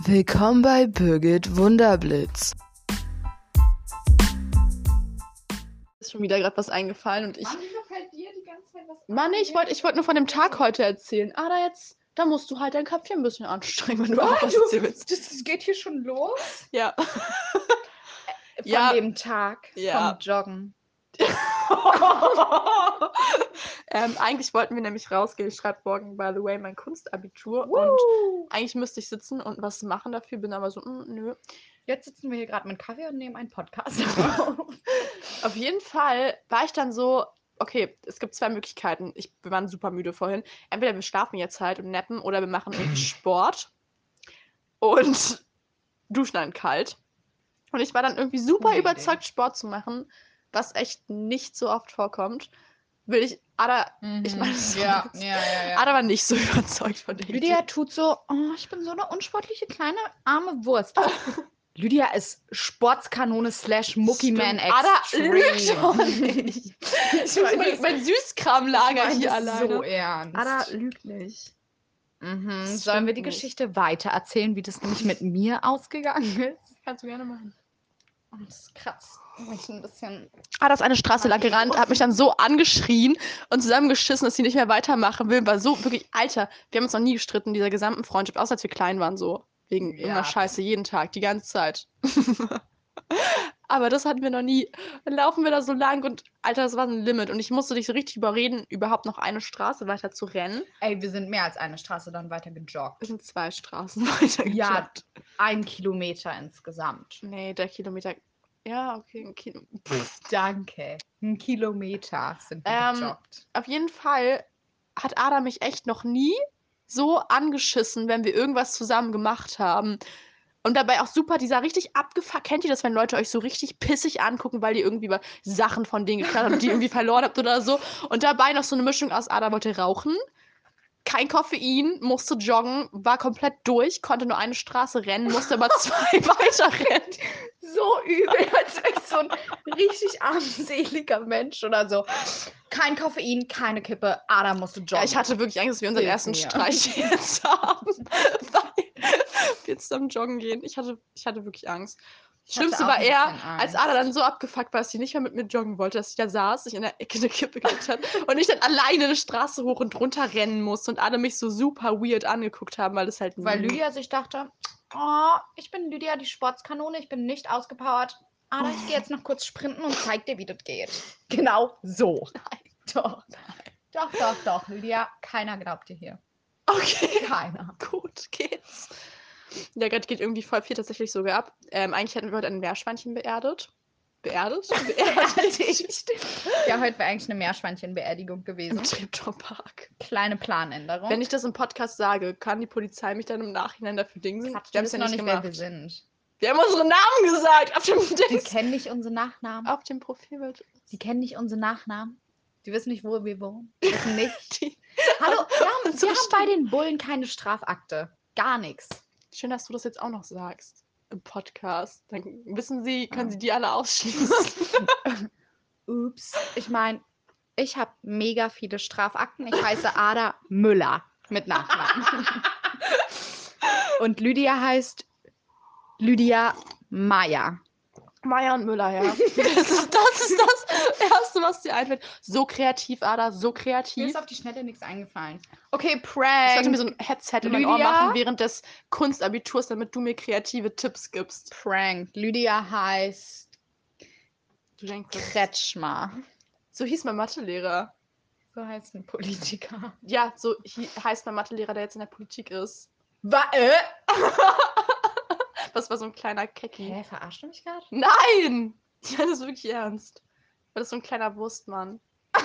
Willkommen bei Birgit Wunderblitz. ist schon wieder gerade was eingefallen und ich. Wieso fällt dir die ganze Zeit was Mann, ich wollte ich wollt nur von dem Tag heute erzählen. Ah, da jetzt, da musst du halt dein Köpfchen ein bisschen anstrengen, wenn du auch was erzählen das, willst. das geht hier schon los Äh, Ja. von Ja. dem Tag, Ja. vom Joggen. ähm, eigentlich wollten wir nämlich rausgehen. Ich schreibe morgen, by the way, mein Kunstabitur. Und Und eigentlich müsste ich sitzen und was machen dafür, bin aber so, mm, nö. jetzt sitzen wir hier gerade mit Kaffee und nehmen einen Podcast auf. Auf jeden Fall war ich dann so, okay, es gibt zwei Möglichkeiten. Ich, wir waren super müde vorhin. Entweder wir schlafen jetzt halt und nappen oder wir machen irgendwie Sport und duschen dann kalt. Und ich war dann irgendwie super Gute Idee. überzeugt, Sport zu machen, was echt nicht so oft vorkommt. Will ich, Ada, Ich meine, so- Mhm. ja, ja, ja, ja. Ada war nicht so überzeugt von der Ah, Lydia Idee. tut so, oh, ich bin so eine unsportliche kleine arme Wurst. Lydia ist Sportskanone slash Muckiman Stimmt, Ada lügt Oh schon nicht. Ich muss mein, mein Süßkramlager hier alleine. so ernst. lügt nicht. Mhm. Das Sollen stimmt wir die nicht. Geschichte weiter erzählen, wie das nämlich mit mir ausgegangen ist? Kannst du gerne machen. Oh, Das ist krass. Mich ein bisschen. Ah, da ist eine Straße lang gerannt, hat mich dann so angeschrien und zusammengeschissen, dass sie nicht mehr weitermachen will. War so wirklich, Alter, wir haben uns noch nie gestritten in dieser gesamten Freundschaft, außer als wir klein waren, so. Wegen Ja. irgendeiner Scheiße, jeden Tag, die ganze Zeit. Aber das hatten wir noch nie. Dann laufen wir da so lang und, Alter, das war ein Limit. Und ich musste dich so richtig überreden, überhaupt noch eine Straße weiter zu rennen. Ey, wir sind mehr als eine Straße dann weiter gejoggt. Wir sind zwei Straßen weiter. Ja. gejoggt. Ein Kilometer insgesamt. Nee, der Kilometer. Ja, okay, ein Kilo. Danke. Ein Kilometer sind wir Ähm, gejoggt. auf jeden Fall hat Ada mich echt noch nie so angeschissen, wenn wir irgendwas zusammen gemacht haben. Und dabei auch super, dieser richtig abgefuckt. Kennt ihr das, wenn Leute euch so richtig pissig angucken, weil ihr irgendwie über Sachen von denen geknallt habt, die ihr irgendwie verloren habt oder so? Und dabei noch so eine Mischung aus Ada wollte rauchen, kein Koffein, musste joggen, war komplett durch, konnte nur eine Straße rennen, musste aber zwei weiter rennen. So übel, als wäre ich so ein richtig armseliger Mensch oder so. Kein Koffein, keine Kippe. ah, Ada musste joggen. Ja, ich hatte wirklich Angst, dass wir unseren Hilf ersten mir. Streich jetzt haben, weil wir zusammen joggen gehen. Ich hatte, ich hatte wirklich Angst. Das Ich hatte Schlimmste auch war ein eher, bisschen als Angst. Ada dann so abgefuckt war, dass sie nicht mehr mit mir joggen wollte, dass sie da saß, sich in der Ecke eine Kippe gelegt hat und ich dann alleine eine Straße hoch und runter rennen musste und Ada mich so super weird angeguckt haben, weil das halt Weil Lydia sich dachte, oh, ich bin Lydia, die Sportskanone, ich bin nicht ausgepowert. Aber ich gehe jetzt noch kurz sprinten und zeig dir, wie das geht. Genau so. Doch. Doch, doch, doch, Lydia. Keiner glaubt dir hier. Okay. Keiner. gut geht's. Ja, gerade geht irgendwie voll viel tatsächlich sogar ab. Ähm, eigentlich hätten wir heute ein Meerschweinchen beerdet. Beerdet? Beerdigt. Ja, heute wäre eigentlich eine Meerschweinchenbeerdigung gewesen. Im Treptow-Park. Kleine Planänderung. Wenn ich das im Podcast sage, kann die Polizei mich dann im Nachhinein dafür dingsen? Quatsch, wir wir haben es ja wissen noch nicht nicht, wer gemacht. wir sind. Wir haben unsere Namen gesagt auf dem Die Dings. kennen nicht unsere Nachnamen. Auf dem Profilbild. Die kennen nicht unsere Nachnamen. Die wissen nicht, wo wir wohnen. Die wissen nicht. Die- Hallo, wir haben, So wir haben bei den Bullen keine Strafakte. Gar nichts. Schön, dass du das jetzt auch noch sagst. Im Podcast. Dann wissen sie, können sie die alle ausschließen. Ups. Ich meine, ich habe mega viele Strafakten. Ich heiße Ada Müller mit Nachnamen. Und Lydia heißt Lydia Meier. Meier und Müller, ja. Das ist, das ist das Erste, was dir einfällt. So kreativ, Ada, so kreativ. auf die Schnelle nichts eingefallen. Okay, Prank. Ich sollte mir so ein Headset in mein Ohr Lydia? machen während des Kunstabiturs, damit du mir kreative Tipps gibst. Prank. Lydia heißt Du denkst, das- Kretschmer. so hieß mein Mathelehrer. So heißt ein Politiker. Ja, so hi- heißt mein Mathelehrer, der jetzt in der Politik ist. Wa äh? Das war so ein kleiner Kecki. Hä, verarscht du mich gerade? Nein! Ja, das ist wirklich ernst. Weil das ist so ein kleiner Wurstmann.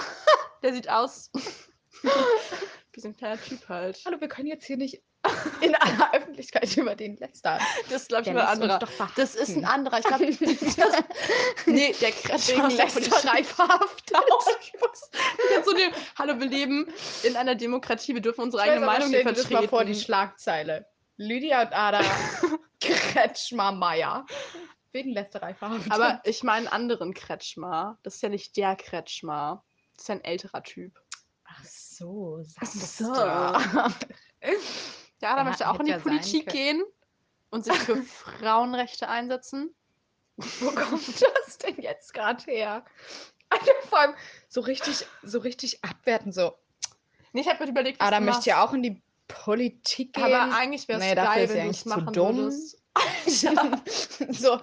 der sieht aus wie so ein kleiner Typ halt. Hallo, wir können jetzt hier nicht in aller Öffentlichkeit über den lästern. Das ist, glaube ich, Der mal ein lässt uns anderer. doch verhaften. Das ist ein anderer. Ich glaube, nee, der Kretschmer Wegen Oh, ist Lästern der verhaftet. so eine, Hallo, wir leben in einer Demokratie. Wir dürfen unsere Ich eigene weiß, aber Meinung stell nicht dir das vertreten. mal vor, die Schlagzeile. Lydia und Ada Kretschmer Meier. Wegen Lästerei verhaftet. Aber ich meine einen anderen Kretschmer. Das ist ja nicht der Kretschmer. Das ist ja ein älterer Typ. Ach so, sag Ach das so. doch. Ja, da Ja, möchte auch in hätte die ja sein Politik können. gehen. und sich für Frauenrechte einsetzen. Wo kommt das denn jetzt gerade her? Alter, vor allem so richtig, so richtig abwerten, so. Nee, ich habe mir überlegt, was Adam du Ah, möchte ja machst. auch in die Politik gehen. Aber eigentlich wäre es Nee, dafür geil, ist sie wenn du eigentlich es zu machen dumm. würdest. Ja. so,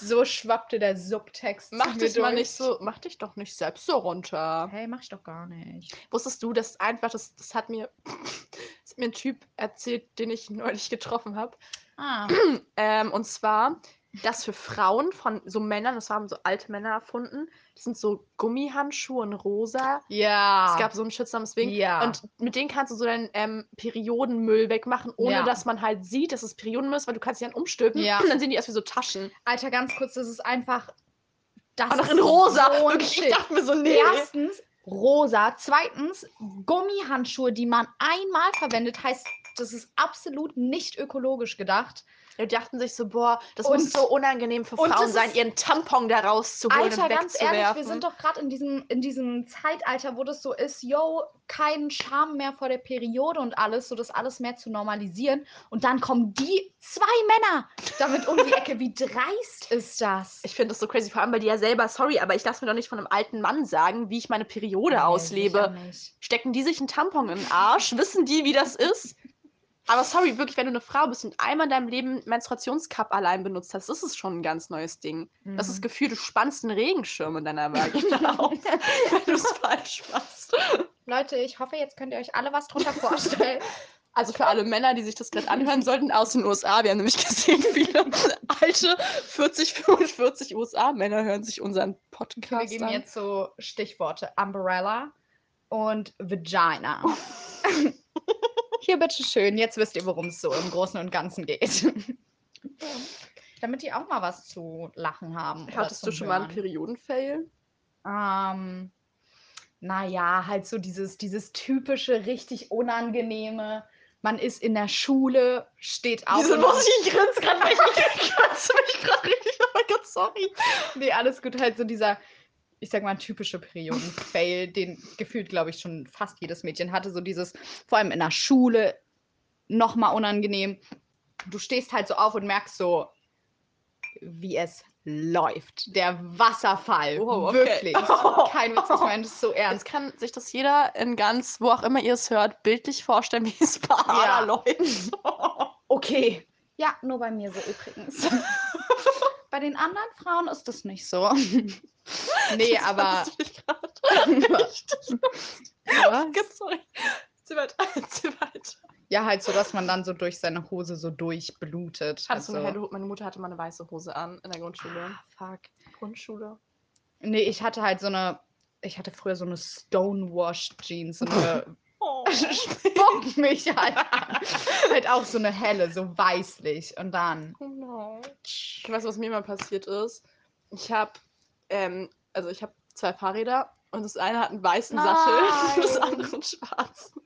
so schwappte der Subtext. Mach mir dich mal durch. nicht so, mach dich doch nicht selbst so runter. Hey, mach ich doch gar nicht. Wusstest du, dass einfach, das, das hat mir, das hat mir ein Typ erzählt, den ich neulich getroffen habe. Ah. Ähm, und zwar, dass für Frauen von so Männern, das haben so alte Männer erfunden, das sind so Gummihandschuhe in rosa. Ja. Es gab so einen Schutz namens Wing. Ah. Ja. Und mit denen kannst du so deinen ähm, Periodenmüll wegmachen, ohne Ja. dass man halt sieht, dass es Periodenmüll ist, weil du kannst dich dann umstülpen. Ja. Und dann sehen die erst wie so Taschen. Alter, ganz kurz, das ist einfach. Das Aber noch ist in rosa. So ein Wirklich, ich Shit. dachte mir so, nee. Erstens rosa. Zweitens Gummihandschuhe, die man einmal verwendet, heißt, das ist absolut nicht ökologisch gedacht. Die dachten sich so, boah, das Und- muss so unangenehm für und Frauen das sein, ist- ihren Tampon da rauszuholen Alter, und ganz wegzuwerfen. ehrlich, wir sind doch gerade in diesem, in diesem Zeitalter, wo das so ist, yo, keinen Charme mehr vor der Periode und alles, so das alles mehr zu normalisieren. Und dann kommen die zwei Männer damit um die Ecke. Wie dreist ist das? ich finde das so crazy, vor allem bei dir ja selber, sorry, aber ich lasse mir doch nicht von einem alten Mann sagen, wie ich meine Periode Nee, auslebe. sicher nicht. Stecken die sich einen Tampon in den Arsch? Wissen die, wie das ist? Aber sorry, wirklich, wenn du eine Frau bist und einmal in deinem Leben Menstruationscup allein benutzt hast, ist es schon ein ganz neues Ding. Das ist das Mhm. Gefühl, du spannst einen Regenschirm in deiner Vagina auf, wenn du es falsch machst. Leute, ich hoffe, jetzt könnt ihr euch alle was drunter vorstellen. Also für alle Männer, die sich das gerade anhören sollten, aus den USA. Wir haben nämlich gesehen, viele alte 40, 45 USA-Männer hören sich unseren Wir Podcast geben an. jetzt so Stichworte: Umbrella und Vagina. Oh. Hier bitte schön, jetzt wisst ihr, worum es so im Großen und Ganzen geht. Damit die auch mal was zu lachen haben. oder Hattest du zum schon mal einen Hören. Periodenfail? Ähm, naja, halt so dieses, dieses typische, richtig unangenehme. Man ist in der Schule, steht auf. Wieso und- muss ich ich grinse gerade, weil ich nicht grinse mich gerade richtig, oh mein Gott, sorry. Nee, alles gut. Halt so dieser, ich sag mal, typische Perioden-Fail, den gefühlt, glaube ich, schon fast jedes Mädchen hatte. So dieses, vor allem in der Schule, nochmal unangenehm. Du stehst halt so auf und merkst so, wie es läuft. Der Wasserfall. Wow, Oh, okay. Wirklich. Kein Witz, ich meine das ist so Jetzt ernst. kann sich das jeder in ganz, wo auch immer ihr es hört, bildlich vorstellen, wie es bei Ada läuft. Okay. Ja, nur bei mir so übrigens. bei den anderen Frauen ist das nicht so. nee, Das aber. fand ich gerade richtig. Ganz sorry. Zieh weiter, zieh weiter. Ja, halt so, dass man dann so durch seine Hose so durchblutet. Hattest du eine also, helle, Ho- meine Mutter hatte mal eine weiße Hose an in der Grundschule. ah, fuck. Grundschule. Nee, ich hatte halt so eine, ich hatte früher so eine Stonewashed Jeans, so eine, Oh. spuck mich halt an. halt auch so eine helle, so weißlich. Und dann, Oh no. Ich weiß, was mir mal passiert ist. Ich habe, ähm, also ich habe zwei Fahrräder und das eine hat einen weißen Sattel und das Nein. andere einen schwarzen.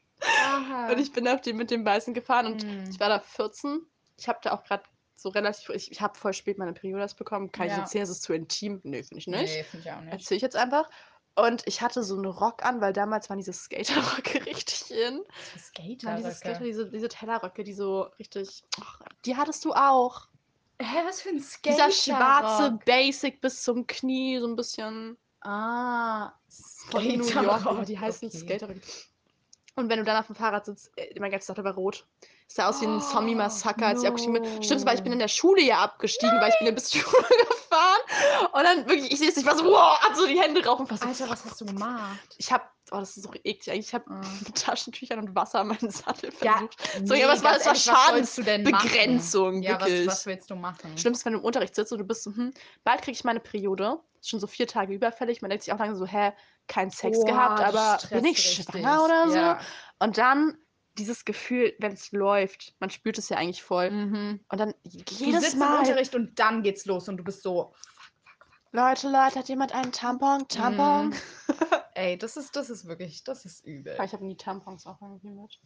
Ah. Und ich bin auf dem mit dem weißen gefahren und Mm. ich war da 14. Ich habe da auch gerade so relativ, ich, ich habe voll spät meine Periode erst bekommen. Kann ich Ja. erzählen, es ist zu intim? Nee, finde ich nicht. Nee, finde ich auch nicht. Erzähle ich jetzt einfach. Und ich hatte so einen Rock an, weil damals waren diese Skaterrocke richtig in. Dann Skater. diese, Skater, diese, diese Tellerröcke, die so richtig. Ach, die hattest du auch. Hä, was für ein Skater? Dieser schwarze Basic bis zum Knie, so ein bisschen Ah, von New York. Oh, Skaterrock, die heißen okay. Skaterröcke. Und wenn du dann auf dem Fahrrad sitzt, äh, mein ganzes Tag war rot. Es sah aus Oh, wie ein zombie massaker als ich abgestiegen bin. Stimmt, weil ich bin in der Schule ja abgestiegen, weil ich bin ja bis zur Schule gefahren. Und dann wirklich, ich sehe es, ich war so, wow, hat so die Hände rauf und fast so, Alter, was hast du gemacht? Ich habe, oh, das ist so eklig. eigentlich. Ich habe mit Taschentüchern und Wasser an meinen Sattel Ja, versucht. So, ja, was war- ganz das war ehrlich, was sollst du denn machen? Begrenzung, Ja, was, wirklich. was willst du machen? Schlimm ist, wenn du im Unterricht sitzt und du bist so, hm, bald kriege ich meine Periode. Ist schon so vier Tage überfällig. Man denkt sich auch langsam so, hä, kein Sex Boah, gehabt, du aber bin ich stresst schwanger oder richtig. so? Und dann dieses Gefühl, wenn es läuft, man spürt es ja eigentlich voll. Mhm. Und dann Du jedes sitzt im Mal, Unterricht und dann geht's los und du bist so, Leute, Leute, hat jemand einen Tampon? Tampon? Mhm. ey, das ist, das ist wirklich, das ist übel. Aber Ich habe nie Tampons auch irgendwie mit.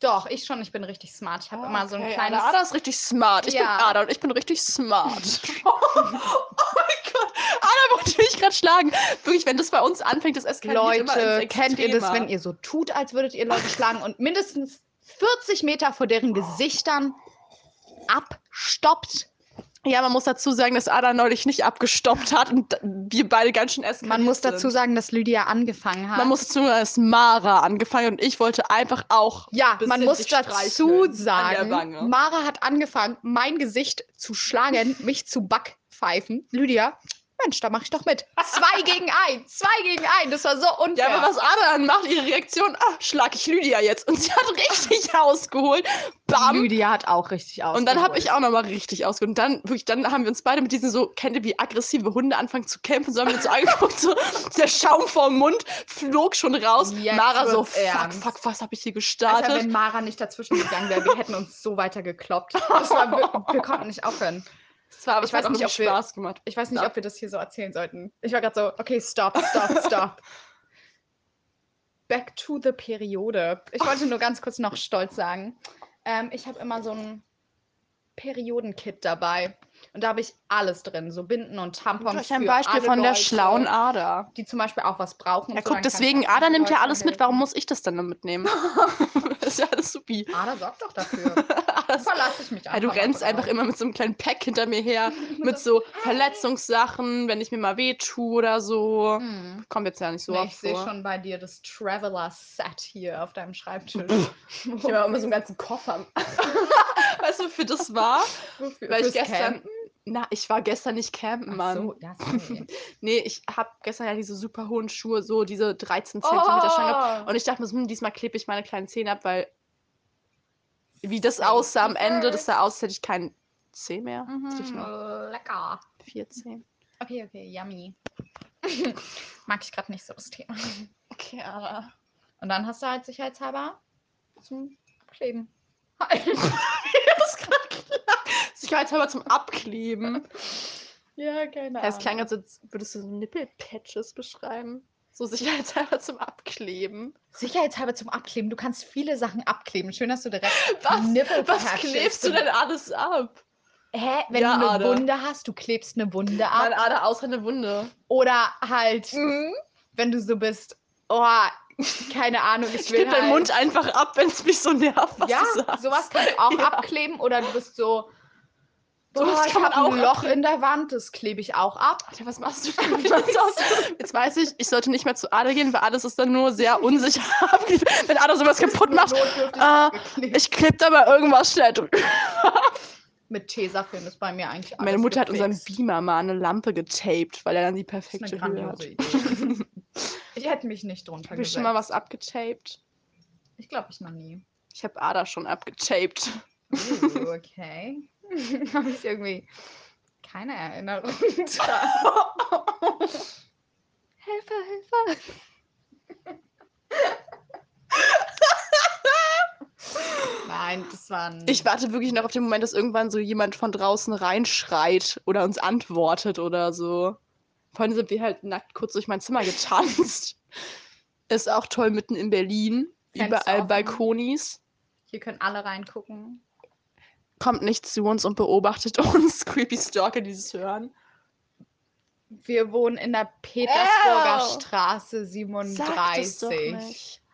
Doch, ich schon, ich bin richtig smart. Ich habe immer so ein Okay, kleines. Ada, Ada ist richtig smart. Ich Ja. bin Ada und ich bin richtig smart. oh mein Gott. Ada wollte mich gerade schlagen. Wirklich, wenn das bei uns anfängt, das eskaliert immer Leute, ins kennt ihr das, Extreme. wenn ihr so tut, als würdet ihr Leute schlagen und mindestens 40 Meter vor deren Gesichtern abstoppt. Ja, man muss dazu sagen, dass Ada neulich nicht abgestoppt hat und wir beide ganz schön essen. Man muss dazu sagen, dass Lydia angefangen hat. Man muss dazu sagen, dass Mara angefangen und ich wollte einfach auch. ja, bisschen man muss dich dazu streicheln an der sagen, Wange. Mara hat angefangen, mein Gesicht zu schlagen, mich zu backpfeifen. Lydia, Mensch, da mache ich doch mit. Zwei gegen ein, zwei gegen ein. Das war so Ja, unfair. aber was Ada dann macht, ihre Reaktion, ah, schlag ich Lydia jetzt. Und sie hat richtig ausgeholt. Bam. Lydia hat auch richtig aus. Und dann habe ich auch nochmal richtig ausgeholt. Und dann, wirklich, dann haben wir uns beide mit diesen so, kennt ihr, wie aggressive Hunde anfangen zu kämpfen? So haben wir uns so angeguckt, so der Schaum vorm Mund flog schon raus. Jetzt Mara so, wird's fuck, ernst. fuck, was habe ich hier gestartet? Also, wenn Mara nicht dazwischen gegangen wäre, wir hätten uns so weiter gekloppt. Das war, wir, wir konnten nicht aufhören. es war, aber ich es hat weiß auch nicht, wirklich ob wir- Spaß gemacht. Ich weiß nicht, Ja. ob wir das hier so erzählen sollten. Ich war gerade so, okay, stop, stop, stop. Back to the Periode. Ich wollte nur ganz kurz noch stolz sagen. Ähm, ich habe immer so ein Periodenkit dabei. Und da habe ich alles drin, so Binden und Kommt Tampons. euch ein für Beispiel alle von der Leute, schlauen Ader. Die zum Beispiel auch was brauchen. und Ja, so, guck, dann kann ich deswegen, auch Ada nimmt ja Leuten alles mit, warum muss ich das dann dann mitnehmen? das ist ja alles supi. helfen. Ada sorgt doch dafür. Verlasse ich mich Ja, du mal rennst drauf. einfach immer mit so einem kleinen Pack hinter mir her, mit so Verletzungssachen, wenn ich mir mal weh tue oder so. Hm. Kommt jetzt ja nicht so nee, oft ich sehe vor. schon bei dir das Traveler-Set hier auf deinem Schreibtisch. Ich habe immer so einen ganzen Koffer. weißt du, für das war, weil ich gestern. Na, ich war gestern nicht campen, Mann. So, ja, sorry. Nee, ich habe gestern ja diese super hohen Schuhe, so diese 13 Zentimeter Stange Und ich dachte mir, so, hm, diesmal klebe ich meine kleinen Zähne ab, weil wie das aussah am Ende, das sah aus, als hätte ich keinen Zeh mehr. Hatte ich nur Mhm, lecker. vier Zehen. Okay, okay, yummy. Mag ich gerade nicht so das Thema. Okay, aber. Und dann hast du halt sicherheitshalber zum Abkleben. Sicherheitshalber zum Abkleben. ja, keine Das klang, als würdest du so Nippelpatches beschreiben. So sicherheitshalber zum Abkleben. Sicherheitshalber zum Abkleben. Du kannst viele Sachen abkleben. Schön, dass du direkt Was- Nippel Was klebst du denn alles ab? Hä? Wenn Ja, du eine Ada. Wunde hast, du klebst eine Wunde ab. Meine Mhm. Ader außer eine Wunde. Oder halt, wenn du so bist, oh, keine Ahnung, ich Ich will klebe halt, deinen Mund einfach ab, wenn es mich so nervt, was ja, du sagst. sowas kannst du auch Ja. abkleben oder du bist so, boah, Sowas ich kann man habe ein auch Loch in der Wand, das klebe ich auch ab. Alter, was machst du denn wieder so? Jetzt weiß ich, ich sollte nicht mehr zu Ada gehen, weil alles ist dann nur sehr unsicher. Wenn Ada sowas kaputt macht, Notdürftig äh, geklebt. ich klebe da mal irgendwas schnell drüber. Mit Tesafilm ist bei mir eigentlich alles Meine Mutter hat unseren gefixt. Beamer mal an eine Lampe getaped, weil er dann die Das ist eine perfekte Höhe hat. grandiose Idee. ich hätte mich nicht drunter Habe ich gesetzt. schon mal was abgetaped? Ich glaube, ich noch nie. Ich habe Ada schon abgetaped. Uh, okay. Habe ich irgendwie keine Erinnerung dran. Hilfe, Hilfe. Nein, das war ein. Ich warte wirklich noch auf den Moment, dass irgendwann so jemand von draußen reinschreit oder uns antwortet oder so. Vorhin sind wir halt nackt kurz durch mein Zimmer getanzt. Ist auch toll mitten in Berlin. Fenster überall offen. Balkonis. Hier können alle reingucken. Kommt nicht zu uns und beobachtet uns. Creepy Stalker, dieses Hören. Wir wohnen in der Petersburger Ew. Straße 37. Sag das doch nicht.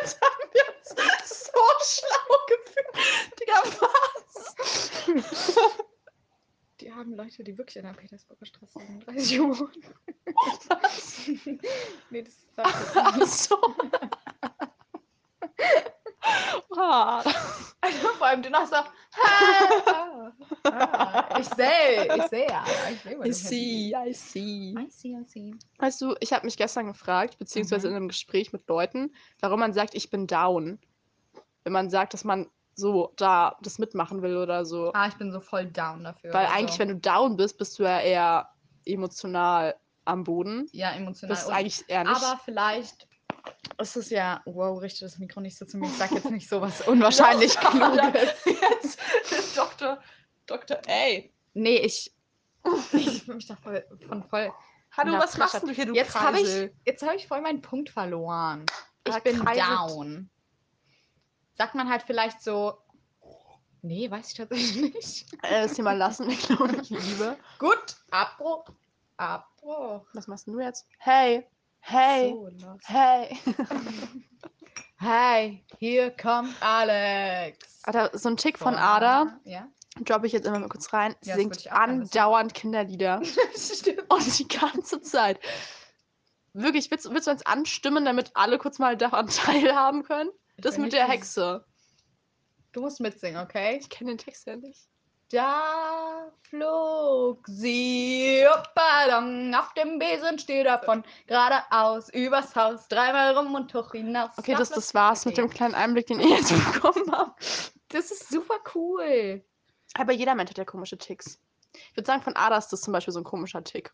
Jetzt haben wir uns so schlau gefühlt. Digga, was? Die haben Leute, die wirklich in der Petersburger Straße 37 wohnen. nee, das ist Ach so. Ah. Also vor allem, du machst auch. "Ah, ah, ah." Ich sehe, ich sehe ja. Ich sehe, I see, I see. Mhm. I see, I see. Weißt du, ich habe mich gestern gefragt, beziehungsweise in einem Gespräch mit Leuten, warum man sagt, ich bin down. Wenn man sagt, dass man so da das mitmachen will oder so. Ah, ich bin so voll down dafür. Weil also. eigentlich, wenn du down bist, bist du ja eher emotional am Boden. Ja, emotional. Bist und- eigentlich eher nicht. aber vielleicht ist es ja. Wow, richte das Mikro nicht so zu mir. Ich sag jetzt nicht sowas unwahrscheinlich Kluges. jetzt ist Doktor, Doktor, ey. Nee, ich. Ich fühle mich da voll, von voll. Hallo, Na, was machst Flasche. du hier, du jetzt habe ich, Kreisel? jetzt hab ich voll meinen Punkt verloren. Ich Ah, bin Kreisel. down. Sagt man halt vielleicht so. Nee, weiß ich tatsächlich nicht. Äh, das Thema lassen wir, glaube ich, lieber. Gut, Abbruch. Abbruch. Was machst denn du jetzt? Hey, hey, So, los. hey. Hey, hier kommt Alex. Alter, so ein Tick von Ada, Ja. droppe ich jetzt immer mal kurz rein, Ja, das würd singt ich auch gerne wissen. andauernd Kinderlieder. Stimmt. Und die ganze Zeit. Wirklich, willst, willst du uns anstimmen, damit alle kurz mal daran teilhaben können? Das will mit nicht, der dass- Hexe. Du musst mitsingen, okay? Ich kenne den Text ja nicht. Da flog sie hoppalong, auf dem Besen steht davon, geradeaus, übers Haus, dreimal rum und hoch hinaus. Okay, Nach das, Los- das war's mit dem kleinen Einblick, den ich jetzt bekommen habe. das ist super cool. Aber jeder Mensch hat ja komische Ticks. Ich würde sagen, von Ada ist das zum Beispiel so ein komischer Tick.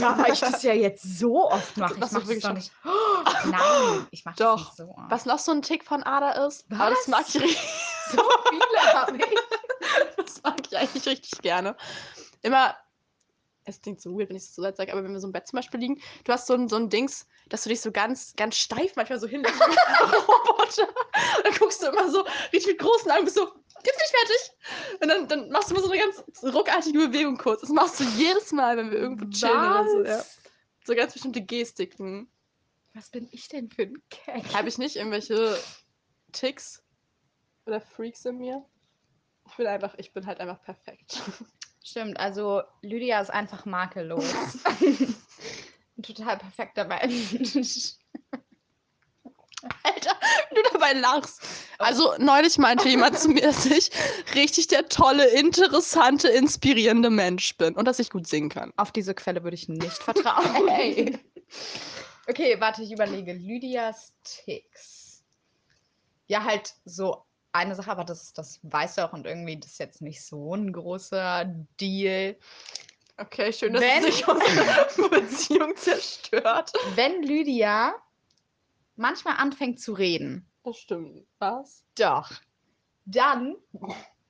Ja, weil ich das ja jetzt so oft mache. Ich machst mache du das doch nicht. wirklich Nein, ich mache das Doch. nicht so oft. Was noch so ein Tick von Ada ist, aber das mag ich richtig. Ah. Was? So viele habe ich. Das mag ich eigentlich richtig gerne. Immer, es klingt so weird, wenn ich es so laut sage, aber wenn wir so im Bett zum Beispiel liegen, du hast so ein, so ein Dings, dass du dich so ganz, ganz steif manchmal so hinlegst. wie ein Roboter. Und dann guckst du immer so richtig mit großen Augen, bist so, jetzt bin ich fertig. Und dann, dann machst du immer so eine ganz ruckartige Bewegung kurz. Das machst du jedes Mal, wenn wir irgendwo chillen oder so. Ja. Was? So ganz bestimmte Gestiken. Was bin ich denn für ein Keck? Habe ich nicht irgendwelche Ticks oder Freaks in mir? Ich bin einfach, ich bin halt einfach perfekt. Stimmt, also Lydia ist einfach makellos. ein total perfekter Mensch. Alter, wenn du dabei lachst. Also, neulich meinte jemand zu mir, dass ich richtig der tolle, interessante, inspirierende Mensch bin und dass ich gut singen kann. Auf diese Quelle würde ich nicht vertrauen. Hey. Okay, warte, ich überlege. Lydias Ticks. Ja, halt so eine Sache, aber das, das weiß du auch und irgendwie das ist jetzt nicht so ein großer Deal. Okay, schön, dass Wenn- es nicht unsere Beziehung zerstört. Wenn Lydia manchmal anfängt zu reden, Das stimmt. Was? doch, dann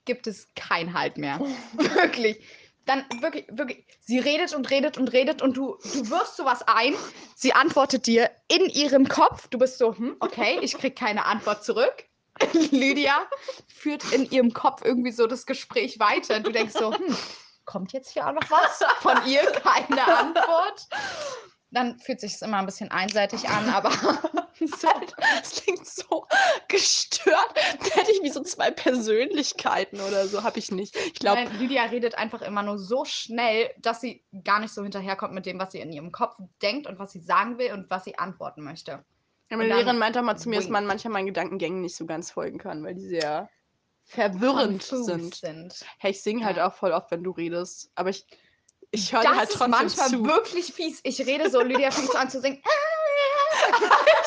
gibt es kein Halt mehr. wirklich. Dann wirklich, wirklich. Sie redet und redet und redet und du, du wirfst sowas ein. Sie antwortet dir in ihrem Kopf. Du bist so, hm, okay, ich krieg keine Antwort zurück. Lydia führt in ihrem Kopf irgendwie so das Gespräch weiter. Und du denkst so, hm, kommt jetzt hier auch noch was? Von ihr keine Antwort. Dann fühlt sich es immer ein bisschen einseitig an, aber so. Das klingt so gestört. Da hätte ich wie so zwei Persönlichkeiten oder so. Habe ich nicht. Ich glaube, Nein, Lydia redet einfach immer nur so schnell, dass sie gar nicht so hinterherkommt mit dem, was sie in ihrem Kopf denkt und was sie sagen will und was sie antworten möchte. meine und dann- Lehrerin meinte auch mal zu mir, dass Wink. man manchmal meinen Gedankengängen nicht so ganz folgen kann, weil die sehr verwirrend Konfus sind. sind. Hey, ich singe halt Ja. auch voll oft, wenn du redest. Aber ich, ich höre Das dir halt ist trotzdem manchmal zu. wirklich fies. Ich rede so, Lydia fängt so an zu singen.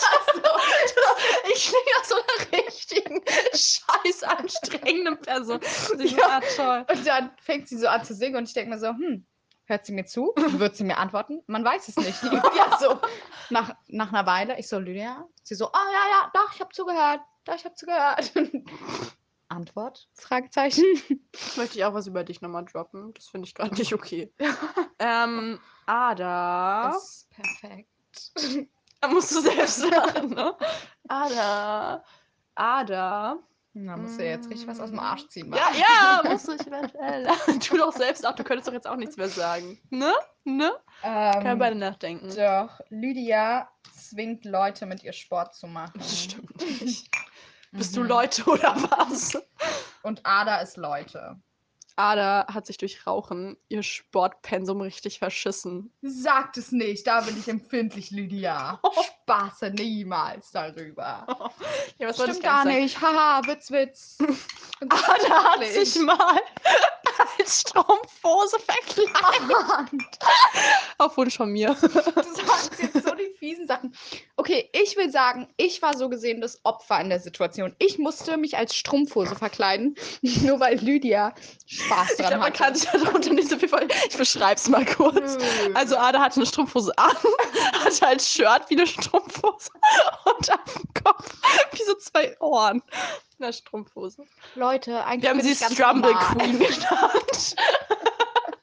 Ich klinge nach so einer richtigen, scheiß anstrengenden Person. Ich Ja. ja. toll. Und dann fängt sie so an zu singen und ich denke mir so, hm, hört sie mir zu? Wird sie mir antworten? Man weiß es nicht. Lydia so, nach, nach einer Weile, ich so, Lydia? Sie so, oh ja, ja, doch, ich habe zugehört. Doch, ich habe zugehört. Antwort? Fragezeichen. Jetzt möchte ich auch was über dich nochmal droppen. Das finde ich gerade nicht okay. ähm, Ada. Ist perfekt. Da musst du selbst sagen, ne? Ada. Ada. Na, musst du dir jetzt richtig was aus dem Arsch ziehen. Mann. Mm. Ja, ja, musst du eventuell. tu doch selbst ab, du könntest doch jetzt auch nichts mehr sagen. Ne? Ne? Ähm, Können wir beide nachdenken. Doch, Lydia zwingt Leute mit ihr Sport zu machen. Das stimmt nicht. Bist du Mhm. Leute oder was? Und Ada ist Leute. Ada hat sich durch Rauchen ihr Sportpensum richtig verschissen. Sagt es nicht, da bin ich empfindlich, Lydia. Spaße niemals darüber. Ja, was wollte Stimmt ich gar sagen? nicht. Haha, Witz, Witz. Und Ada hat wirklich. sich mal als Strumpfhose Ah, verkleidet. Auf Wunsch von mir. Das waren jetzt so die fiesen Sachen. Okay, ich will sagen, ich war so gesehen das Opfer in der Situation. Ich musste mich als Strumpfhose verkleiden, nur weil Lydia Spaß Ich dran glaube, man kann hatte. sich darunter nicht so viel vorstellen. Ich beschreib's mal kurz. Also Ada hatte eine Strumpfhose an, hatte als Shirt wie eine Strumpfhose und auf dem Kopf wie so zwei Ohren. Eine Strumpfhose. Leute, eigentlich Wir haben bin sie ich ganz Strumble normal. Queen genannt.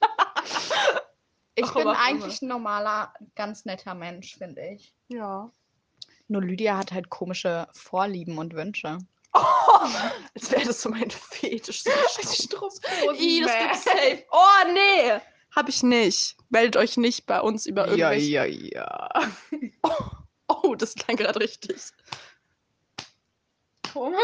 Ich bin Warum auch eigentlich ein normaler, ganz netter Mensch, finde ich. Ja. Nur Lydia hat halt komische Vorlieben und Wünsche. Oh, Als wäre das so mein Fetisch. So eine Strumpfhose. Strumpfhosen. Ih, das gibt's safe. Oh, nee. Hab ich nicht. Meldet euch nicht bei uns über irgendwelche... ja, ja. Oh, das klang gerade richtig. Hummel.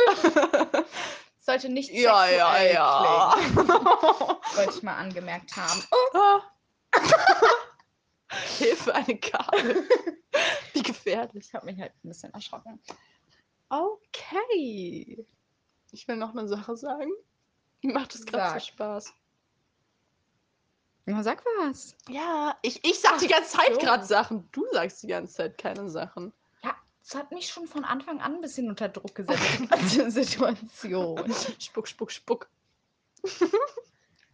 Sollte nicht Ja, ja, sexuell ja. klingen. Wollte ich mal angemerkt haben. Hilfe, eine Kabel. Wie gefährlich. Ich habe mich halt ein bisschen erschrocken. Okay. Ich will noch eine Sache sagen. Mir Macht es gerade Sag. so Spaß. Na, sag was. Ja, ich, ich sag die ganze Zeit so. gerade Sachen. Du sagst die ganze Zeit keine Sachen. Ja, das hat mich schon von Anfang an ein bisschen unter Druck gesetzt, die ganze Situation. Spuck, spuck, spuck.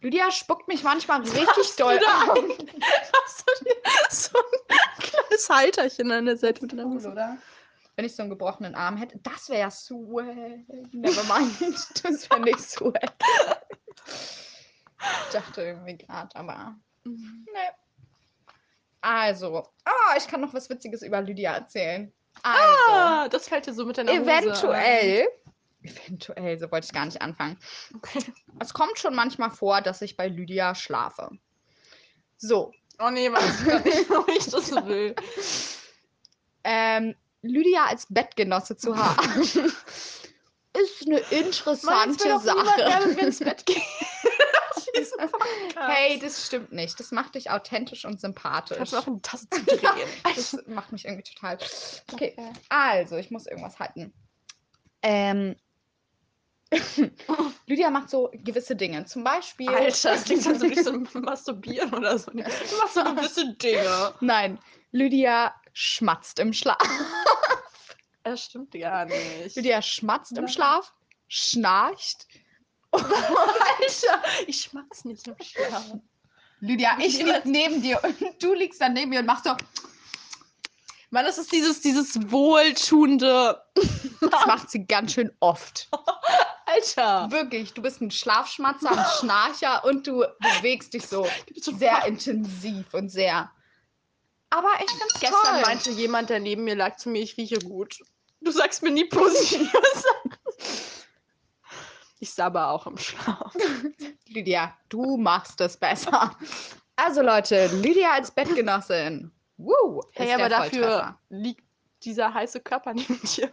Lydia spuckt mich manchmal richtig du doll da an. Hast du dir so ein kleines Halterchen an der Seite mit Cool, oder? Wenn ich so einen gebrochenen Arm hätte, das wäre swag. Nevermind, das fände ich swag. Ich dachte irgendwie gerade, aber Mhm. ne. Also, ah, ich kann noch was Witziges über Lydia erzählen. Also, Ah, das fällt dir so mit deiner Hose ein. Eventuell. Eventuell, so wollte ich gar nicht anfangen. Es kommt schon manchmal vor, dass ich bei Lydia schlafe. So, Oh nee, weiß ich gar nicht, ob ich das will. ähm, Lydia als Bettgenosse zu haben, ist eine Meins interessante will doch niemand mehr Sache. mit mir ins Bett gehen. Auf diesem Podcast. Hey, das stimmt nicht. Das macht dich authentisch und sympathisch. kannst du auch in die Tasse zudrehen. Das macht mich irgendwie total. Okay, also, ich muss irgendwas halten. Ähm. Lydia macht so gewisse Dinge. Zum Beispiel. Alter, das klingt, als ob ich so ein Masturbieren oder so. Du machst so gewisse Dinge. Nein, Lydia schmatzt im Schlaf. Das stimmt gar nicht. Lydia schmatzt im Nein. Schlaf, schnarcht. Alter, ich schmatz nicht im Schlaf. Lydia, ich lieg neben dir und du liegst dann neben mir und machst so. Mann, das ist dieses, dieses wohltuende. Das macht sie ganz schön oft. Oh. Alter. Wirklich, du bist ein Schlafschmatzer, ein Schnarcher und du bewegst dich so sehr intensiv und sehr. Aber ich find's Gestern toll. meinte jemand, der neben mir lag, zu mir, ich rieche gut. Du sagst mir nie positive Sachen. Ich sabber auch im Schlaf. Lydia, du machst es besser. Also Leute, Lydia als Bettgenossin. Woo, ist Hey, der aber dafür Volltreffer. liegt dieser heiße Körper neben dir.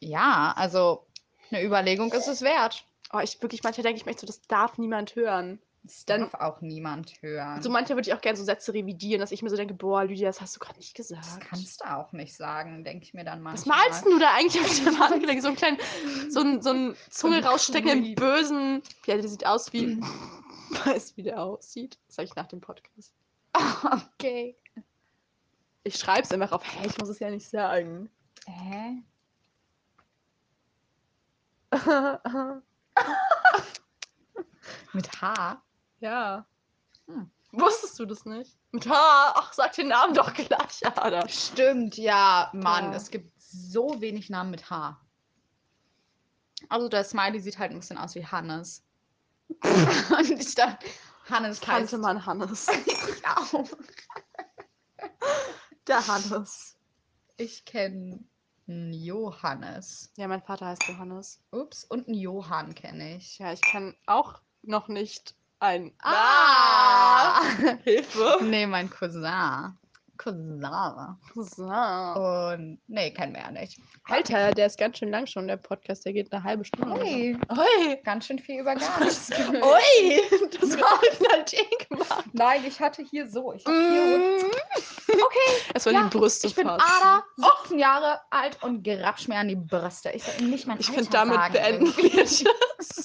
Ja, also eine Überlegung ist es wert. Oh, ich wirklich, manchmal denke ich mir echt so, das darf niemand hören. Das darf auch niemand hören. So manchmal würde ich auch gerne so Sätze revidieren, dass ich mir so denke, boah, Lydia, das hast du gerade nicht gesagt. das kannst du auch nicht sagen, denke ich mir dann Was manchmal. malst denn du da eigentlich auf deinem Handgelenk? So einen kleinen, so einen, so einen Zunge raussteckenden, Creep. bösen. Ja, der sieht aus wie. Weiß, wie der aussieht. Das sag ich nach dem Podcast. Okay. Ich schreib's einfach auf, hey, ich muss es ja nicht sagen. Hä? Mit H? ja. Hm. Wusstest du das nicht? Mit H, ach, sag den Namen doch gleich, Ada. Stimmt, ja, Mann, Ja. es gibt so wenig Namen mit H. Also der Smiley sieht halt ein bisschen aus wie Hannes. Und ich dachte, Hannes Kannte heißt man Hannes. ich auch. Der Hannes. Ich kenne einen Johannes. Ja, mein Vater heißt Johannes. Ups, und einen Johann kenne ich. Ja, ich kann auch noch nicht ein. Ah! Ah! Hilfe! Nee, mein Cousin. Cousin. So. Und nee, kennen wir ja nicht. Alter, der ist ganz schön lang schon, der Podcast. Der geht eine halbe Stunde. oder so. Ui, Oi! ganz schön viel über Gas. Oi! Das war original Jake gemacht. Nein, ich hatte hier so. Ich, hab hier Mm. Okay. Es war Ja, die Brüste ich bin fassen. Ada, 17 Jahre alt und grapsch mir an die Brüste. Ich soll nicht mein Ich Alter finde, damit sagen. beenden wir.